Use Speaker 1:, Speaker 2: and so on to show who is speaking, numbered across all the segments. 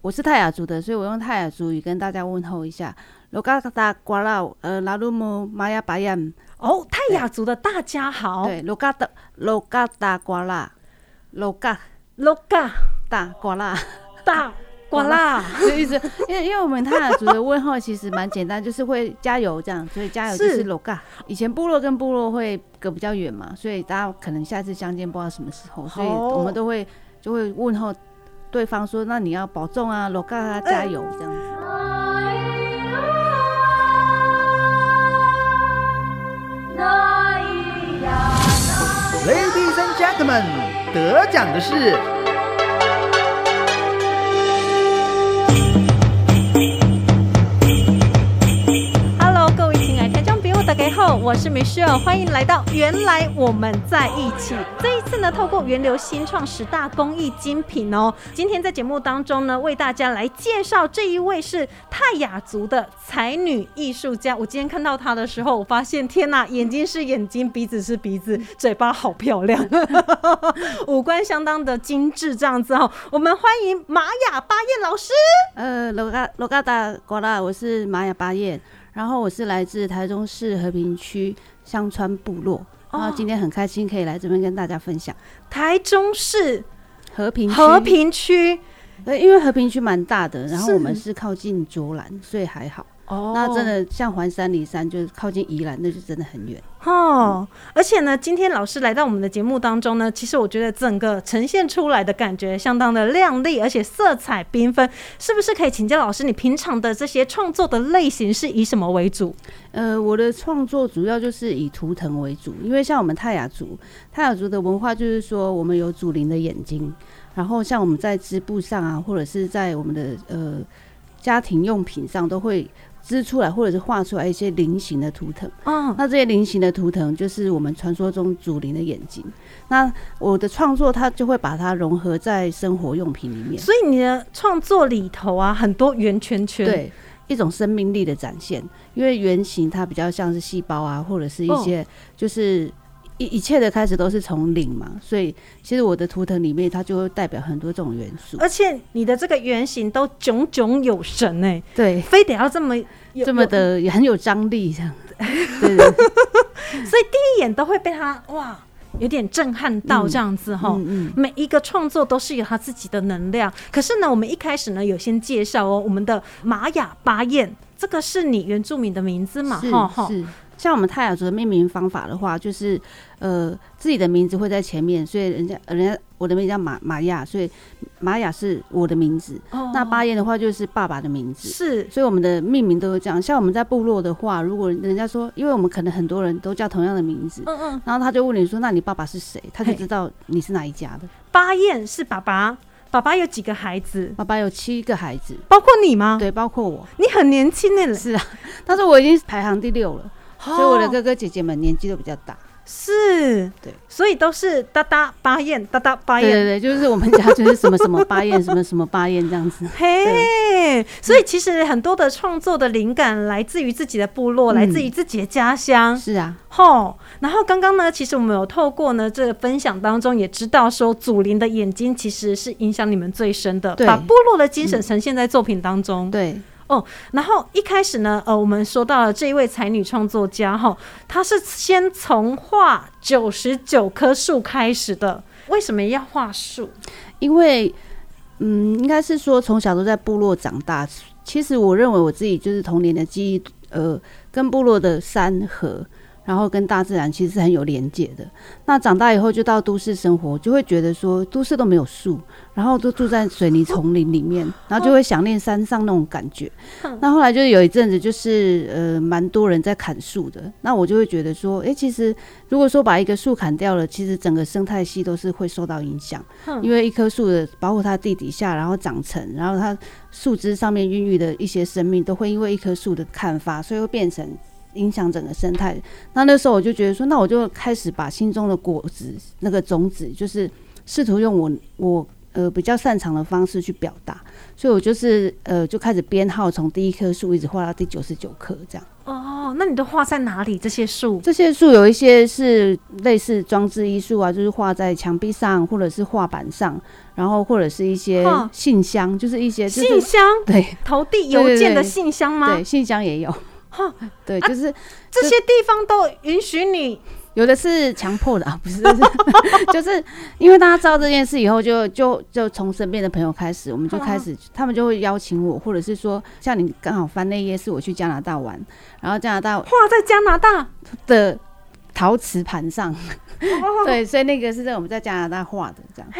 Speaker 1: 我是泰雅族的，所以我用泰雅族语跟大家问候一下。罗嘎达瓜拉呃拉鲁姆玛雅巴亚，
Speaker 2: 哦，泰雅族的大家好，
Speaker 1: 对，罗嘎达罗嘎达瓜拉，罗嘎
Speaker 2: Loga
Speaker 1: 大瓜拉，
Speaker 2: 大瓜啦，
Speaker 1: 所以一直因为因为我们泰雅族的问候其实蛮简单，就是会加油这样，所以加油就是是罗嘎。以前部落跟部落会隔比较远嘛，所以大家可能下次相见不知道什么时候，所以我们都会就会问候对方说，那你要保重啊，罗嘎啊，加油这样子。
Speaker 3: Ladies and gentlemen，得奖的是
Speaker 2: Hello，各位亲爱的听众朋友，大家好，我是 Michelle，欢迎来到《原来我们在一起》。这一次呢，透过源流新创十大公益精品哦，今天在节目当中呢，为大家来介绍这一位是泰雅族的才女艺术家。我今天看到她的时候，我发现天呐，眼睛是眼睛，鼻子是鼻子，嘴巴好漂亮，五官相当的精致，这样子哦。我们欢迎玛雅巴彦老师。
Speaker 1: 呃，罗嘎罗嘎达瓜拉，我是玛雅巴彦，然后我是来自台中市和平区香川部落，
Speaker 2: 哦
Speaker 1: 然后今天很开心可以来这边跟大家分享
Speaker 2: 台中市
Speaker 1: 和平区
Speaker 2: 和，平区。
Speaker 1: 对，因为和平区蛮大的，然后
Speaker 2: 是
Speaker 1: 我们是靠近卓兰，所以还好。
Speaker 2: 哦
Speaker 1: 那真的像环山、离山，就是靠近宜兰，那就真的很远。
Speaker 2: 哦，而且呢，今天老师来到我们的节目当中呢，其实我觉得整个呈现出来的感觉相当的亮丽，而且色彩缤纷，是不是可以请教老师，你平常的这些创作的类型是以什么为主？
Speaker 1: 呃，我的创作主要就是以图腾为主，因为像我们泰雅族，泰雅族的文化就是说，我们有祖灵的眼睛，然后像我们在织布上啊，或者是在我们的呃家庭用品上，都会织出来或者是画出来一些菱形的图腾。
Speaker 2: 嗯，
Speaker 1: 那这些菱形的图腾就是我们传说中祖灵的眼睛。那我的创作，它就会把它融合在生活用品里面，
Speaker 2: 所以你的创作里头啊，很多圆圈圈，，
Speaker 1: 对。一种生命力的展现，因为圆形它比较像是细胞啊，或者是一些就是一一切的开始都是从零嘛，所以其实我的图腾里面它就会代表很多这种元素。
Speaker 2: 而且你的这个圆形都炯炯有神哎、
Speaker 1: 对，
Speaker 2: 非得要这么有
Speaker 1: 这么
Speaker 2: 有
Speaker 1: 的也很有张力这样。对 对对，
Speaker 2: 一眼都会被他哇，有点震撼到这样子哈。
Speaker 1: 嗯嗯，
Speaker 2: 每一个创作都是有他自己的能量。可是呢，我们一开始呢有先介绍哦，我们的玛雅巴彦，这个是你原住民的名字嘛？哈哈
Speaker 1: 是，是。像我们泰雅族的命名方法的话，就是呃自己的名字会在前面，所以人家人家我的名字叫玛玛雅，所以玛雅是我的名字。
Speaker 2: 哦
Speaker 1: 那巴彦的话就是爸爸的名字，
Speaker 2: 是
Speaker 1: 所以我们的命名都是这样。像我们在部落的话，如果人家说，因为我们可能很多人都叫同样的名字，
Speaker 2: 嗯嗯，
Speaker 1: 然后他就问你说：“那你爸爸是谁？”他就
Speaker 2: 嘿嗯
Speaker 1: 知道你是哪一家的。
Speaker 2: 巴彦是爸爸，爸爸有几个孩子，
Speaker 1: 爸爸有七个孩子，
Speaker 2: 包括你吗？
Speaker 1: 对，包括我。
Speaker 2: 你很年轻呢，
Speaker 1: 是啊， 但是我已经排行第六了，
Speaker 2: 所
Speaker 1: 所以我的哥哥姐姐们年纪都比较大。
Speaker 2: 是，
Speaker 1: 对，
Speaker 2: 所以都是哒哒巴彦，哒哒巴
Speaker 1: 对
Speaker 2: 彦
Speaker 1: 对。对，就是我们家就是什么什么巴彦，什么什么巴彦这样子。嗯
Speaker 2: 嘿，所以其实很多的创作的灵感来自于自己的部
Speaker 1: 嗯
Speaker 2: 落，来自于自己的家乡。
Speaker 1: 是啊，
Speaker 2: 吼，然后刚刚呢，其实我们有透过呢这个分享当中也知道说，祖灵的眼睛其实是影响你们最深的，
Speaker 1: 对
Speaker 2: 把部落的精神呈现在作品当中。
Speaker 1: 对，
Speaker 2: 然后一开始呢，呃，我们说到了这一位才女创作家哈，她是先从画九十九棵树开始的。为什么要画树？
Speaker 1: 因为嗯，应该是说从小都在部落长大。其实我认为我自己就是童年的记忆，呃，跟部落的山河，然后跟大自然其实是很有连接的。那长大以后就到都市生活，就会觉得说都市都没有树，然后都住在水泥丛林里面，然后就会想念山上那种感觉。那后来就有一阵子，就是呃，蛮多人在砍树的。那我就会觉得说，诶、其实如果说把一个树砍掉了，其实整个生态系都是会受到影响，因为一棵树的，包括它地底下，然后长成，然后它树枝上面孕育的一些生命，都会因为一棵树的砍伐，所以会变成。影响整个生态。那那时候我就觉得说，那我就开始把心中的果子、那个种子，就是试图用我我呃比较擅长的方式去表达。所以我就是呃就开始编号，从第一棵树一直画到第九十九棵这样。
Speaker 2: 哦，哦，那你都画在哪里？这些树？
Speaker 1: 这些树有一些是类似装置艺术啊，就是画在墙壁上或者是画板上，然后或者是一些
Speaker 2: 哦
Speaker 1: 信箱，就是一些、就是、
Speaker 2: 信箱
Speaker 1: 对
Speaker 2: 投递
Speaker 1: 对对
Speaker 2: 邮件的
Speaker 1: 对
Speaker 2: 信箱 吗
Speaker 1: 对，？信箱也有。
Speaker 2: 哈，
Speaker 1: 对，
Speaker 2: 啊
Speaker 1: 就是
Speaker 2: 这些地方都允许你
Speaker 1: 有的是强迫的啊，不是，是 就是因为大家知道这件事以后就，就就从身边的朋友开始，我们就开
Speaker 2: 嗯
Speaker 1: 始，他们就会邀请我，或者是说，像你刚好翻那一页是我去加拿大玩，然后加拿大
Speaker 2: 画在加拿大。
Speaker 1: 的陶瓷盘上，
Speaker 2: 哦
Speaker 1: 对，所以那个是在我们在加拿大画的这样，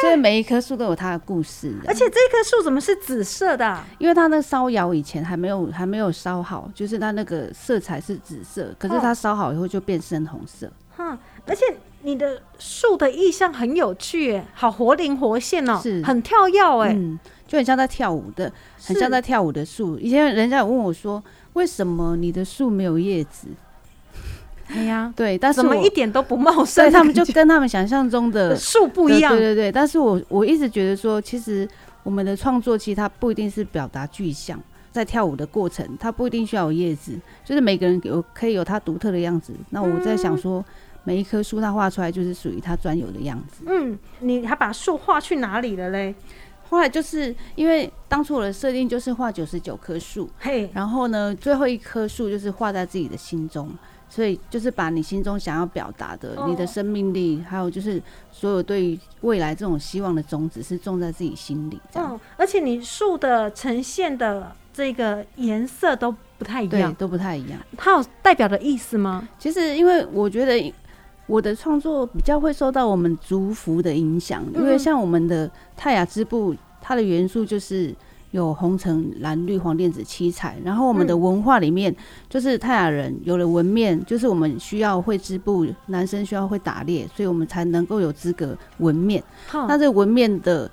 Speaker 1: 所以每一棵树都有它的故事这样，
Speaker 2: 而且这棵树怎么是紫色的啊、
Speaker 1: 因为它那个烧窑以前还没有还没有烧好，就是它那个色彩是紫色，可
Speaker 2: 哦
Speaker 1: 是它烧好以后就变深红色。
Speaker 2: 哼，而且你的树的意象很有趣耶，好活灵活现哦，
Speaker 1: 是
Speaker 2: 很跳跃哎。
Speaker 1: 嗯，就很像在跳舞的，很
Speaker 2: 是
Speaker 1: 像在跳舞的树。以前人家有问我说，为什么你的树没有叶子？
Speaker 2: 哎呀，
Speaker 1: 对，但是
Speaker 2: 怎么
Speaker 1: 我
Speaker 2: 一点都不茂盛
Speaker 1: 对
Speaker 2: 的感觉？
Speaker 1: 他们就跟他们想象中的
Speaker 2: 树不一样
Speaker 1: 对对对，但是我我一直觉得说，其实我们的创作其实它不一定是表达具象。在跳舞的过程，它不一定需要有叶子，就是每个人有可以有它独特的样子。那我在
Speaker 2: 嗯
Speaker 1: 想说，每一棵树它画出来就是属于它专有的样子。
Speaker 2: 嗯，你还把树画去哪里了嘞？
Speaker 1: 后来就是因为当初我的设定就是画九十九棵树，
Speaker 2: 嘿，
Speaker 1: 然后呢，最后一棵树就是画在自己的心中，所以就是把你心中想要表达的、
Speaker 2: 哦
Speaker 1: 你的生命力，还有就是所有对于未来这种希望的种子，是种在自己心里这样。
Speaker 2: 嗯，而且你树的呈现的这个颜色都不太一
Speaker 1: 对，
Speaker 2: 样，
Speaker 1: 都不太一样。
Speaker 2: 它有代表的意思吗？
Speaker 1: 其实，因为我觉得我的创作比较会受到我们族服的影响，
Speaker 2: 嗯
Speaker 1: 因为像我们的泰雅织布，它的元素就是有红橙蓝绿黄靛紫七彩，然后我们的
Speaker 2: 嗯
Speaker 1: 文化里面就是泰雅人有了纹面，就是我们需要会织布，男生需要会打猎，所以我们才能够有资格纹面。
Speaker 2: 哈
Speaker 1: 那这个纹面的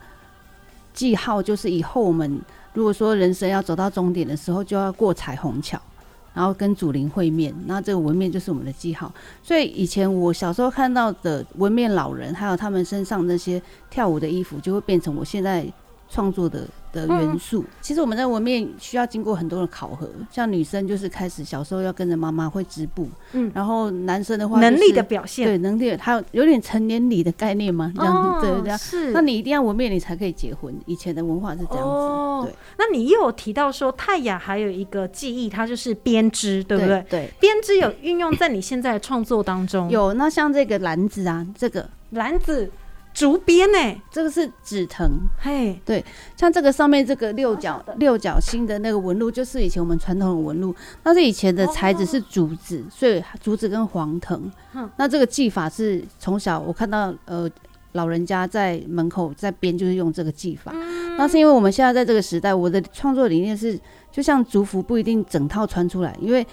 Speaker 1: 记号，就是以后我们如果说人生要走到终点的时候，就要过彩虹桥，然后跟祖灵会面。那这个纹面就是我们的记号。所以以前我小时候看到的纹面老人，还有他们身上那些跳舞的衣服，就会变成我现在创作的。的元素，嗯其实我们在纹面需要经过很多的考核，像女生就是开始小时候要跟着妈妈会织布，
Speaker 2: 嗯
Speaker 1: 然后男生的话、
Speaker 2: 能力的表现，
Speaker 1: 对能力，还有有点成年礼的概念吗？这样子，对对，
Speaker 2: 哦是。
Speaker 1: 那你一定要纹面，你才可以结婚。以前的文化是这样子，
Speaker 2: 哦
Speaker 1: 对，
Speaker 2: 那你又有提到说泰雅还有一个技艺，它就是编织，对不对？
Speaker 1: 对，
Speaker 2: 编织有运用在你现在的创作当中，
Speaker 1: 有那像这个篮子啊，这个
Speaker 2: 篮子、竹编呢，
Speaker 1: 这个是紫藤，
Speaker 2: 嘿，
Speaker 1: 像这个上面这个六角六角星的那个纹路，就是以前我们传统的纹路，但是以前的材质是竹子，所以竹子跟黄藤
Speaker 2: 嗯。
Speaker 1: 那这个技法是从小我看到呃老人家在门口在编，就是用这个技法。那是因为我们现在在这个时代，我的创作理念是，就像竹服不一定整套穿出来，因为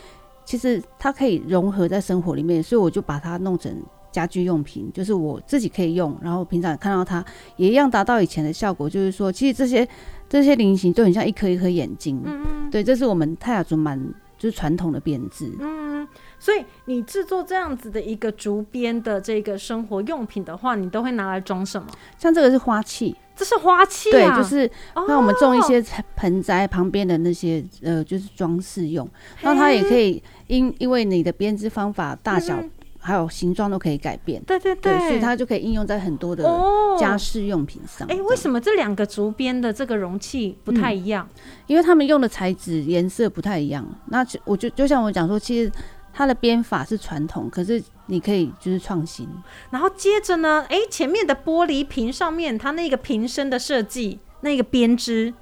Speaker 1: 其实它可以融合在生活里面，所以我就把它弄成家居用品，就是我自己可以用，然后平常也看到它也一样达到以前的效果，就是说，其实这些这些菱形就很像一颗一颗眼睛，
Speaker 2: 嗯，
Speaker 1: 对，这是我们泰雅族蛮就是传统的编制，
Speaker 2: 嗯，所以你制作这样子的一个竹编的这个生活用品的话，你都会拿来装什么？
Speaker 1: 像这个是花器，
Speaker 2: 这是花器
Speaker 1: 对，
Speaker 2: 啊，
Speaker 1: 就是
Speaker 2: 哦
Speaker 1: 那我们种一些盆栽旁边的那些呃，就是装饰用，那它也可以因因为你的编织方法、大小
Speaker 2: 嗯
Speaker 1: 还有形状都可以改变，
Speaker 2: 对对
Speaker 1: 对，所以它就可以应用在很多的
Speaker 2: 哦
Speaker 1: 家饰用品上。
Speaker 2: 哎，为什么这两个竹编的这个容器不
Speaker 1: 嗯
Speaker 2: 太一样？
Speaker 1: 因为他们用的材质、颜色不太一样。那就我就就像我讲说，其实它的编法是传统，可是你可以就是创新。
Speaker 2: 然后接着呢，诶，前面的玻璃瓶上面它那个瓶身的设计，那个编织，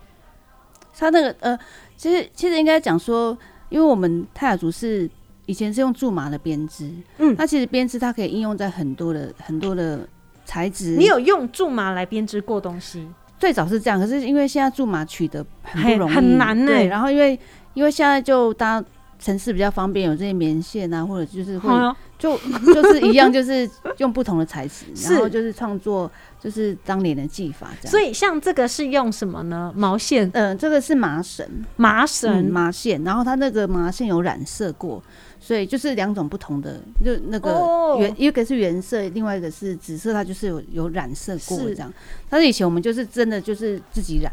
Speaker 1: 它那个呃，其实其实应该讲说，因为我们泰雅族是以前是用苎麻的编织，
Speaker 2: 嗯
Speaker 1: 那其实编织它可以应用在很多的很多的材质。
Speaker 2: 你有用苎麻来编织过东西？
Speaker 1: 最早是这样，可是因为现在苎麻取得很不
Speaker 2: 很
Speaker 1: 容易，
Speaker 2: 很难欸
Speaker 1: 对，然后因为因为现在就大家城市比较方便，有这些棉线啊，或者就是会
Speaker 2: 好，
Speaker 1: 就 就是一样，就是用不同的材质，
Speaker 2: 是
Speaker 1: 然后就是创作，就是当年的技法这样。
Speaker 2: 所
Speaker 1: 以，
Speaker 2: 以像这个是用什么呢？毛线、
Speaker 1: 嗯、这个是麻绳，
Speaker 2: 麻绳、
Speaker 1: 嗯麻线，然后它那个麻线有染色过，所以就是两种不同的，就那个
Speaker 2: 哦
Speaker 1: 原、一个是原色，另外一个是紫色，它就是有有染色过
Speaker 2: 是
Speaker 1: 这样。但是以前我们就是真的就是自己染，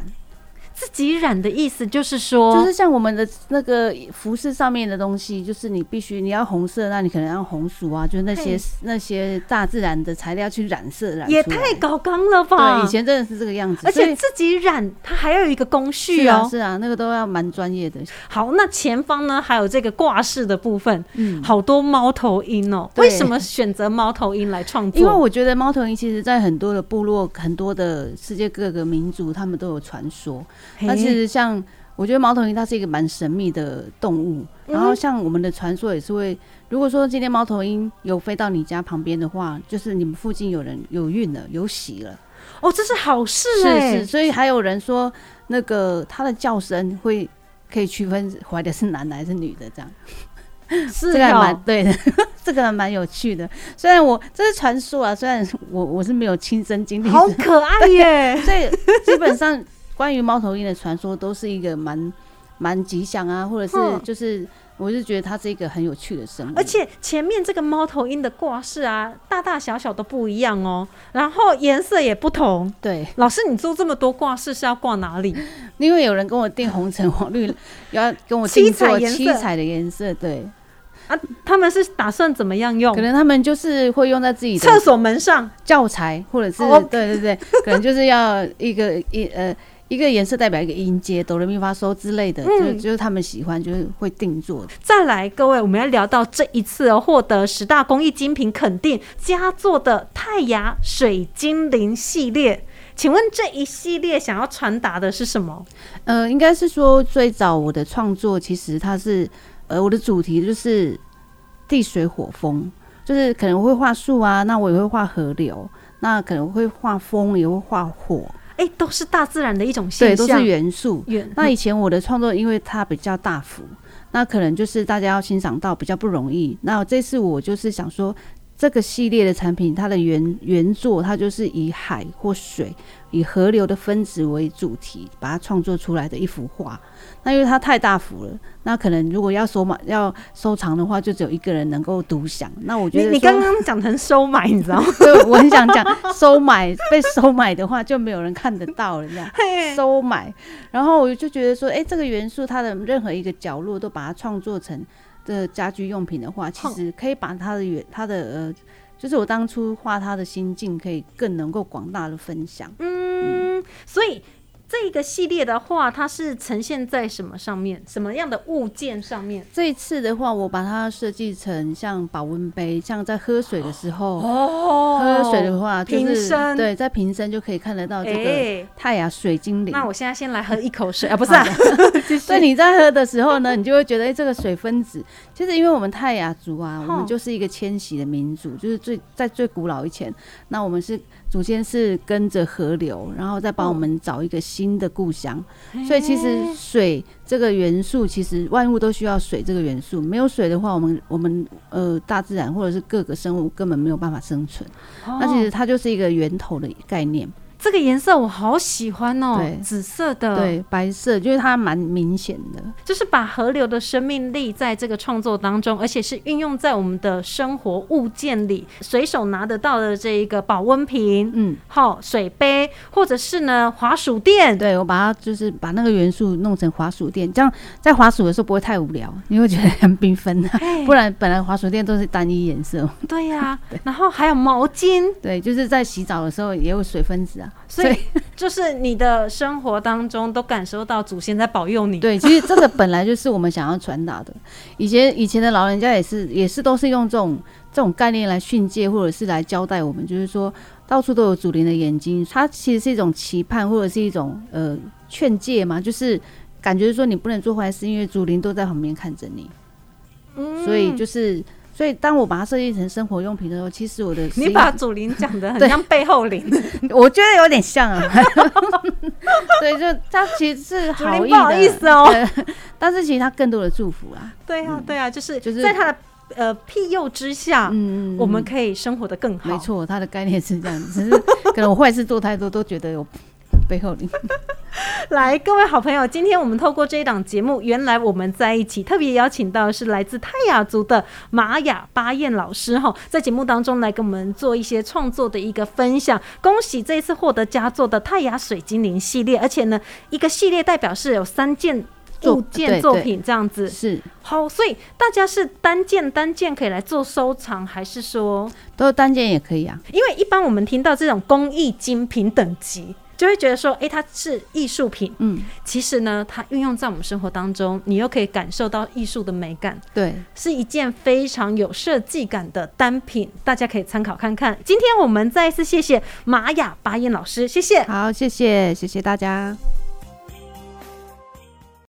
Speaker 2: 自己染的意思就是说，
Speaker 1: 就是像我们的那个服饰上面的东西，就是你必须你要红色，那你可能要红薯啊，就是那些
Speaker 2: 嘿
Speaker 1: 那些大自然的材料去染色染出来。
Speaker 2: 也太高纲了吧？
Speaker 1: 对，以前真的是这个样子，
Speaker 2: 而
Speaker 1: 所
Speaker 2: 且
Speaker 1: 以
Speaker 2: 自己染，它还有一个工序
Speaker 1: 是啊
Speaker 2: 哦。
Speaker 1: 是啊，那个都要蛮专业的。
Speaker 2: 好，那前方呢还有这个挂饰的部分，
Speaker 1: 嗯，
Speaker 2: 好多猫头鹰哦。
Speaker 1: 对
Speaker 2: 为什么选择猫头鹰来创作？
Speaker 1: 因为我觉得猫头鹰其实在很多的部落、很多的世界各个民族，他们都有传说。
Speaker 2: 嘿
Speaker 1: 那其实像我觉得猫头鹰它是一个蛮神秘的动物，
Speaker 2: 嗯
Speaker 1: 然后像我们的传说也是会，如果说今天猫头鹰有飞到你家旁边的话，就是你们附近有人有孕了，有喜了，
Speaker 2: 哦，这是好事哎、
Speaker 1: 是是，所以还有人说那个它的叫声会。可以区分怀的是男的还是女的，这样
Speaker 2: 是
Speaker 1: 这个还
Speaker 2: 哦
Speaker 1: 蛮对的， 这个还蛮有趣的。虽然我这是传说啊，虽然我我是没有亲身经历，！
Speaker 2: 好可爱 耶
Speaker 1: 所以基本上关于猫头鹰的传说都是一个蛮蛮吉祥啊，或者是
Speaker 2: 嗯
Speaker 1: 就是，我是觉得它是一个很有趣的生物，
Speaker 2: 而且前面这个猫头鹰的挂饰啊，大大小小都不一样哦，然后颜色也不同。
Speaker 1: 对，
Speaker 2: 老师，你做这么多挂饰是要挂哪里？
Speaker 1: 因为有人跟我定红橙黄绿， 要跟我
Speaker 2: 七
Speaker 1: 定做
Speaker 2: 彩颜色
Speaker 1: 七彩的颜色，对，
Speaker 2: 啊他们是打算怎么样
Speaker 1: 可
Speaker 2: 用？
Speaker 1: 能他们就是会用在自己的
Speaker 2: 哦厕所门上
Speaker 1: 教材，或者是、
Speaker 2: 哦
Speaker 1: 对对对， 可能就是要一个一呃。一个颜色代表一个音阶，哆来咪发嗦之类的，就
Speaker 2: 嗯
Speaker 1: 就是他们喜欢，就是会定做的。
Speaker 2: 再来，各位，我们要聊到这一次哦，获得十大工艺精品肯定佳作的泰雅水精灵系列。请问这一系列想要传达的是什么？
Speaker 1: 呃，应该是说最早我的创作其实它是，呃，我的主题就是地水火风，就是可能会画树啊，那我也会画河流，那可能会画风，也会画火，
Speaker 2: 哎，都是大自然的一种
Speaker 1: 对，
Speaker 2: 现
Speaker 1: 都
Speaker 2: 象
Speaker 1: 是。元素。
Speaker 2: 远
Speaker 1: 那以前我的创作，因为它比较大幅，那可能就是大家要欣赏到比较不容易。那这次我就是想说，这个系列的产品，它的原原作它就是以海或水、以河流的分子为主题，把它创作出来的一幅画。那因为它太大幅了，那可能如果要收买、要收藏的话，就只有一个人能够独享。那我觉
Speaker 2: 你
Speaker 1: 得
Speaker 2: 你
Speaker 1: 说
Speaker 2: 刚刚讲成收买，你知道吗？
Speaker 1: 对，我很想讲收买，被收买的话就没有人看得到了，这样收买。然后我就觉得说，哎、这个元素它的任何一个角落都把它创作成的家居用品的话，其
Speaker 2: 哼
Speaker 1: 实可以把它的原它的呃，就是我当初画它的心境，可以更能够广大的分享。
Speaker 2: 嗯，所以这个系列的话，它是呈现在什么上面？什么样的物件上面？
Speaker 1: 这一次的话，我把它设计成像保温杯，像在喝水的时候。
Speaker 2: 哦
Speaker 1: 喝水的话，就
Speaker 2: 瓶
Speaker 1: 是
Speaker 2: 身
Speaker 1: 对，在瓶身就可以看得到这个
Speaker 2: 哎，
Speaker 1: 泰雅水精灵。
Speaker 2: 那我现在先来喝一口水啊，不是、啊，
Speaker 1: 所以你在喝的时候呢，你就会觉得，哎、这个水分子，其实因为我们泰雅族啊，
Speaker 2: 哼
Speaker 1: 我们就是一个迁徙的民族，就是最在最古老以前，那我们是祖先是跟着河流，然后再帮我们找一个新的故乡。所以其实水这个元素，其实万物都需要水这个元素，没有水的话，我们我们呃大自然或者是各个生物根本没有办法生存。那其
Speaker 2: 哦
Speaker 1: 实它就是一个源头的概念。
Speaker 2: 这个颜色我好喜欢哦
Speaker 1: 对，
Speaker 2: 紫色的，，
Speaker 1: 对，白色就是它蛮明显的。
Speaker 2: 就是把河流的生命力在这个创作当中，而且是运用在我们的生活物件里，随手拿得到的这一个保温瓶。
Speaker 1: 嗯。
Speaker 2: 好、水杯，或者是呢，滑鼠垫，
Speaker 1: 对，我把它就是把那个元素弄成滑鼠垫，这样在滑鼠的时候不会太无聊，你会觉得很缤纷啊。
Speaker 2: 哎
Speaker 1: 不然本来滑鼠垫都是单一颜色，
Speaker 2: 对呀、然后还有毛巾，
Speaker 1: 对，就是在洗澡的时候也有水分子啊。
Speaker 2: 所以就是你的生活当中都感受到祖先在保佑你。
Speaker 1: 对，其实这个本来就是我们想要传达的。以前以前的老人家也是也是都是用这种这种概念来训诫或者是来交代我们，就是说到处都有祖灵的眼睛，它其实是一种期盼或者是一种呃劝诫嘛，就是感觉说你不能做坏事，因为祖灵都在旁边看着你。
Speaker 2: 嗯
Speaker 1: 所以就是，所以当我把它设计成生活用品的时候，其实我的
Speaker 2: 你
Speaker 1: 心
Speaker 2: 把祖灵讲的很
Speaker 1: 对
Speaker 2: 像背后 灵，
Speaker 1: 我觉得有点像啊， 对，就它其实是
Speaker 2: 祖
Speaker 1: 好
Speaker 2: 灵
Speaker 1: 意
Speaker 2: 不
Speaker 1: 的，
Speaker 2: 好意思哦。
Speaker 1: 对 但是其实它更多的祝福啊，
Speaker 2: 对呀、对呀、就是
Speaker 1: 就是
Speaker 2: 在他的呃庇佑之下，
Speaker 1: 嗯，
Speaker 2: 我们可以生活的更好。
Speaker 1: 没，错，它的概念是这样，只是可能我坏事做太多，都觉得有背后灵。
Speaker 2: 来，各位好朋友，今天我们透过这一档节目，原来我们在一起，特别邀请到的是来自泰雅族的玛雅巴彦老师哈，在节目当中来跟我们做一些创作的一个分享。恭喜这一次获得佳作的泰雅水精灵系列，而且呢，一个系列代表是有三件。
Speaker 1: 作
Speaker 2: 物件
Speaker 1: 对
Speaker 2: 作
Speaker 1: 对
Speaker 2: 品这样子，
Speaker 1: 是，
Speaker 2: 好，所以大家是单件单件可以来做收藏，还是说，
Speaker 1: 都是单件也可以啊。
Speaker 2: 因为一般我们听到这种工艺精品等级，就会觉得说，诶，它是艺术品，
Speaker 1: 嗯，
Speaker 2: 其实呢，它运用在我们生活当中，你又可以感受到艺术的美感，
Speaker 1: 对，
Speaker 2: 是一件非常有设计感的单品，大家可以参考看看。今天我们再一次谢谢玛雅巴彦老师，谢谢。
Speaker 1: 好，谢谢，谢谢大家。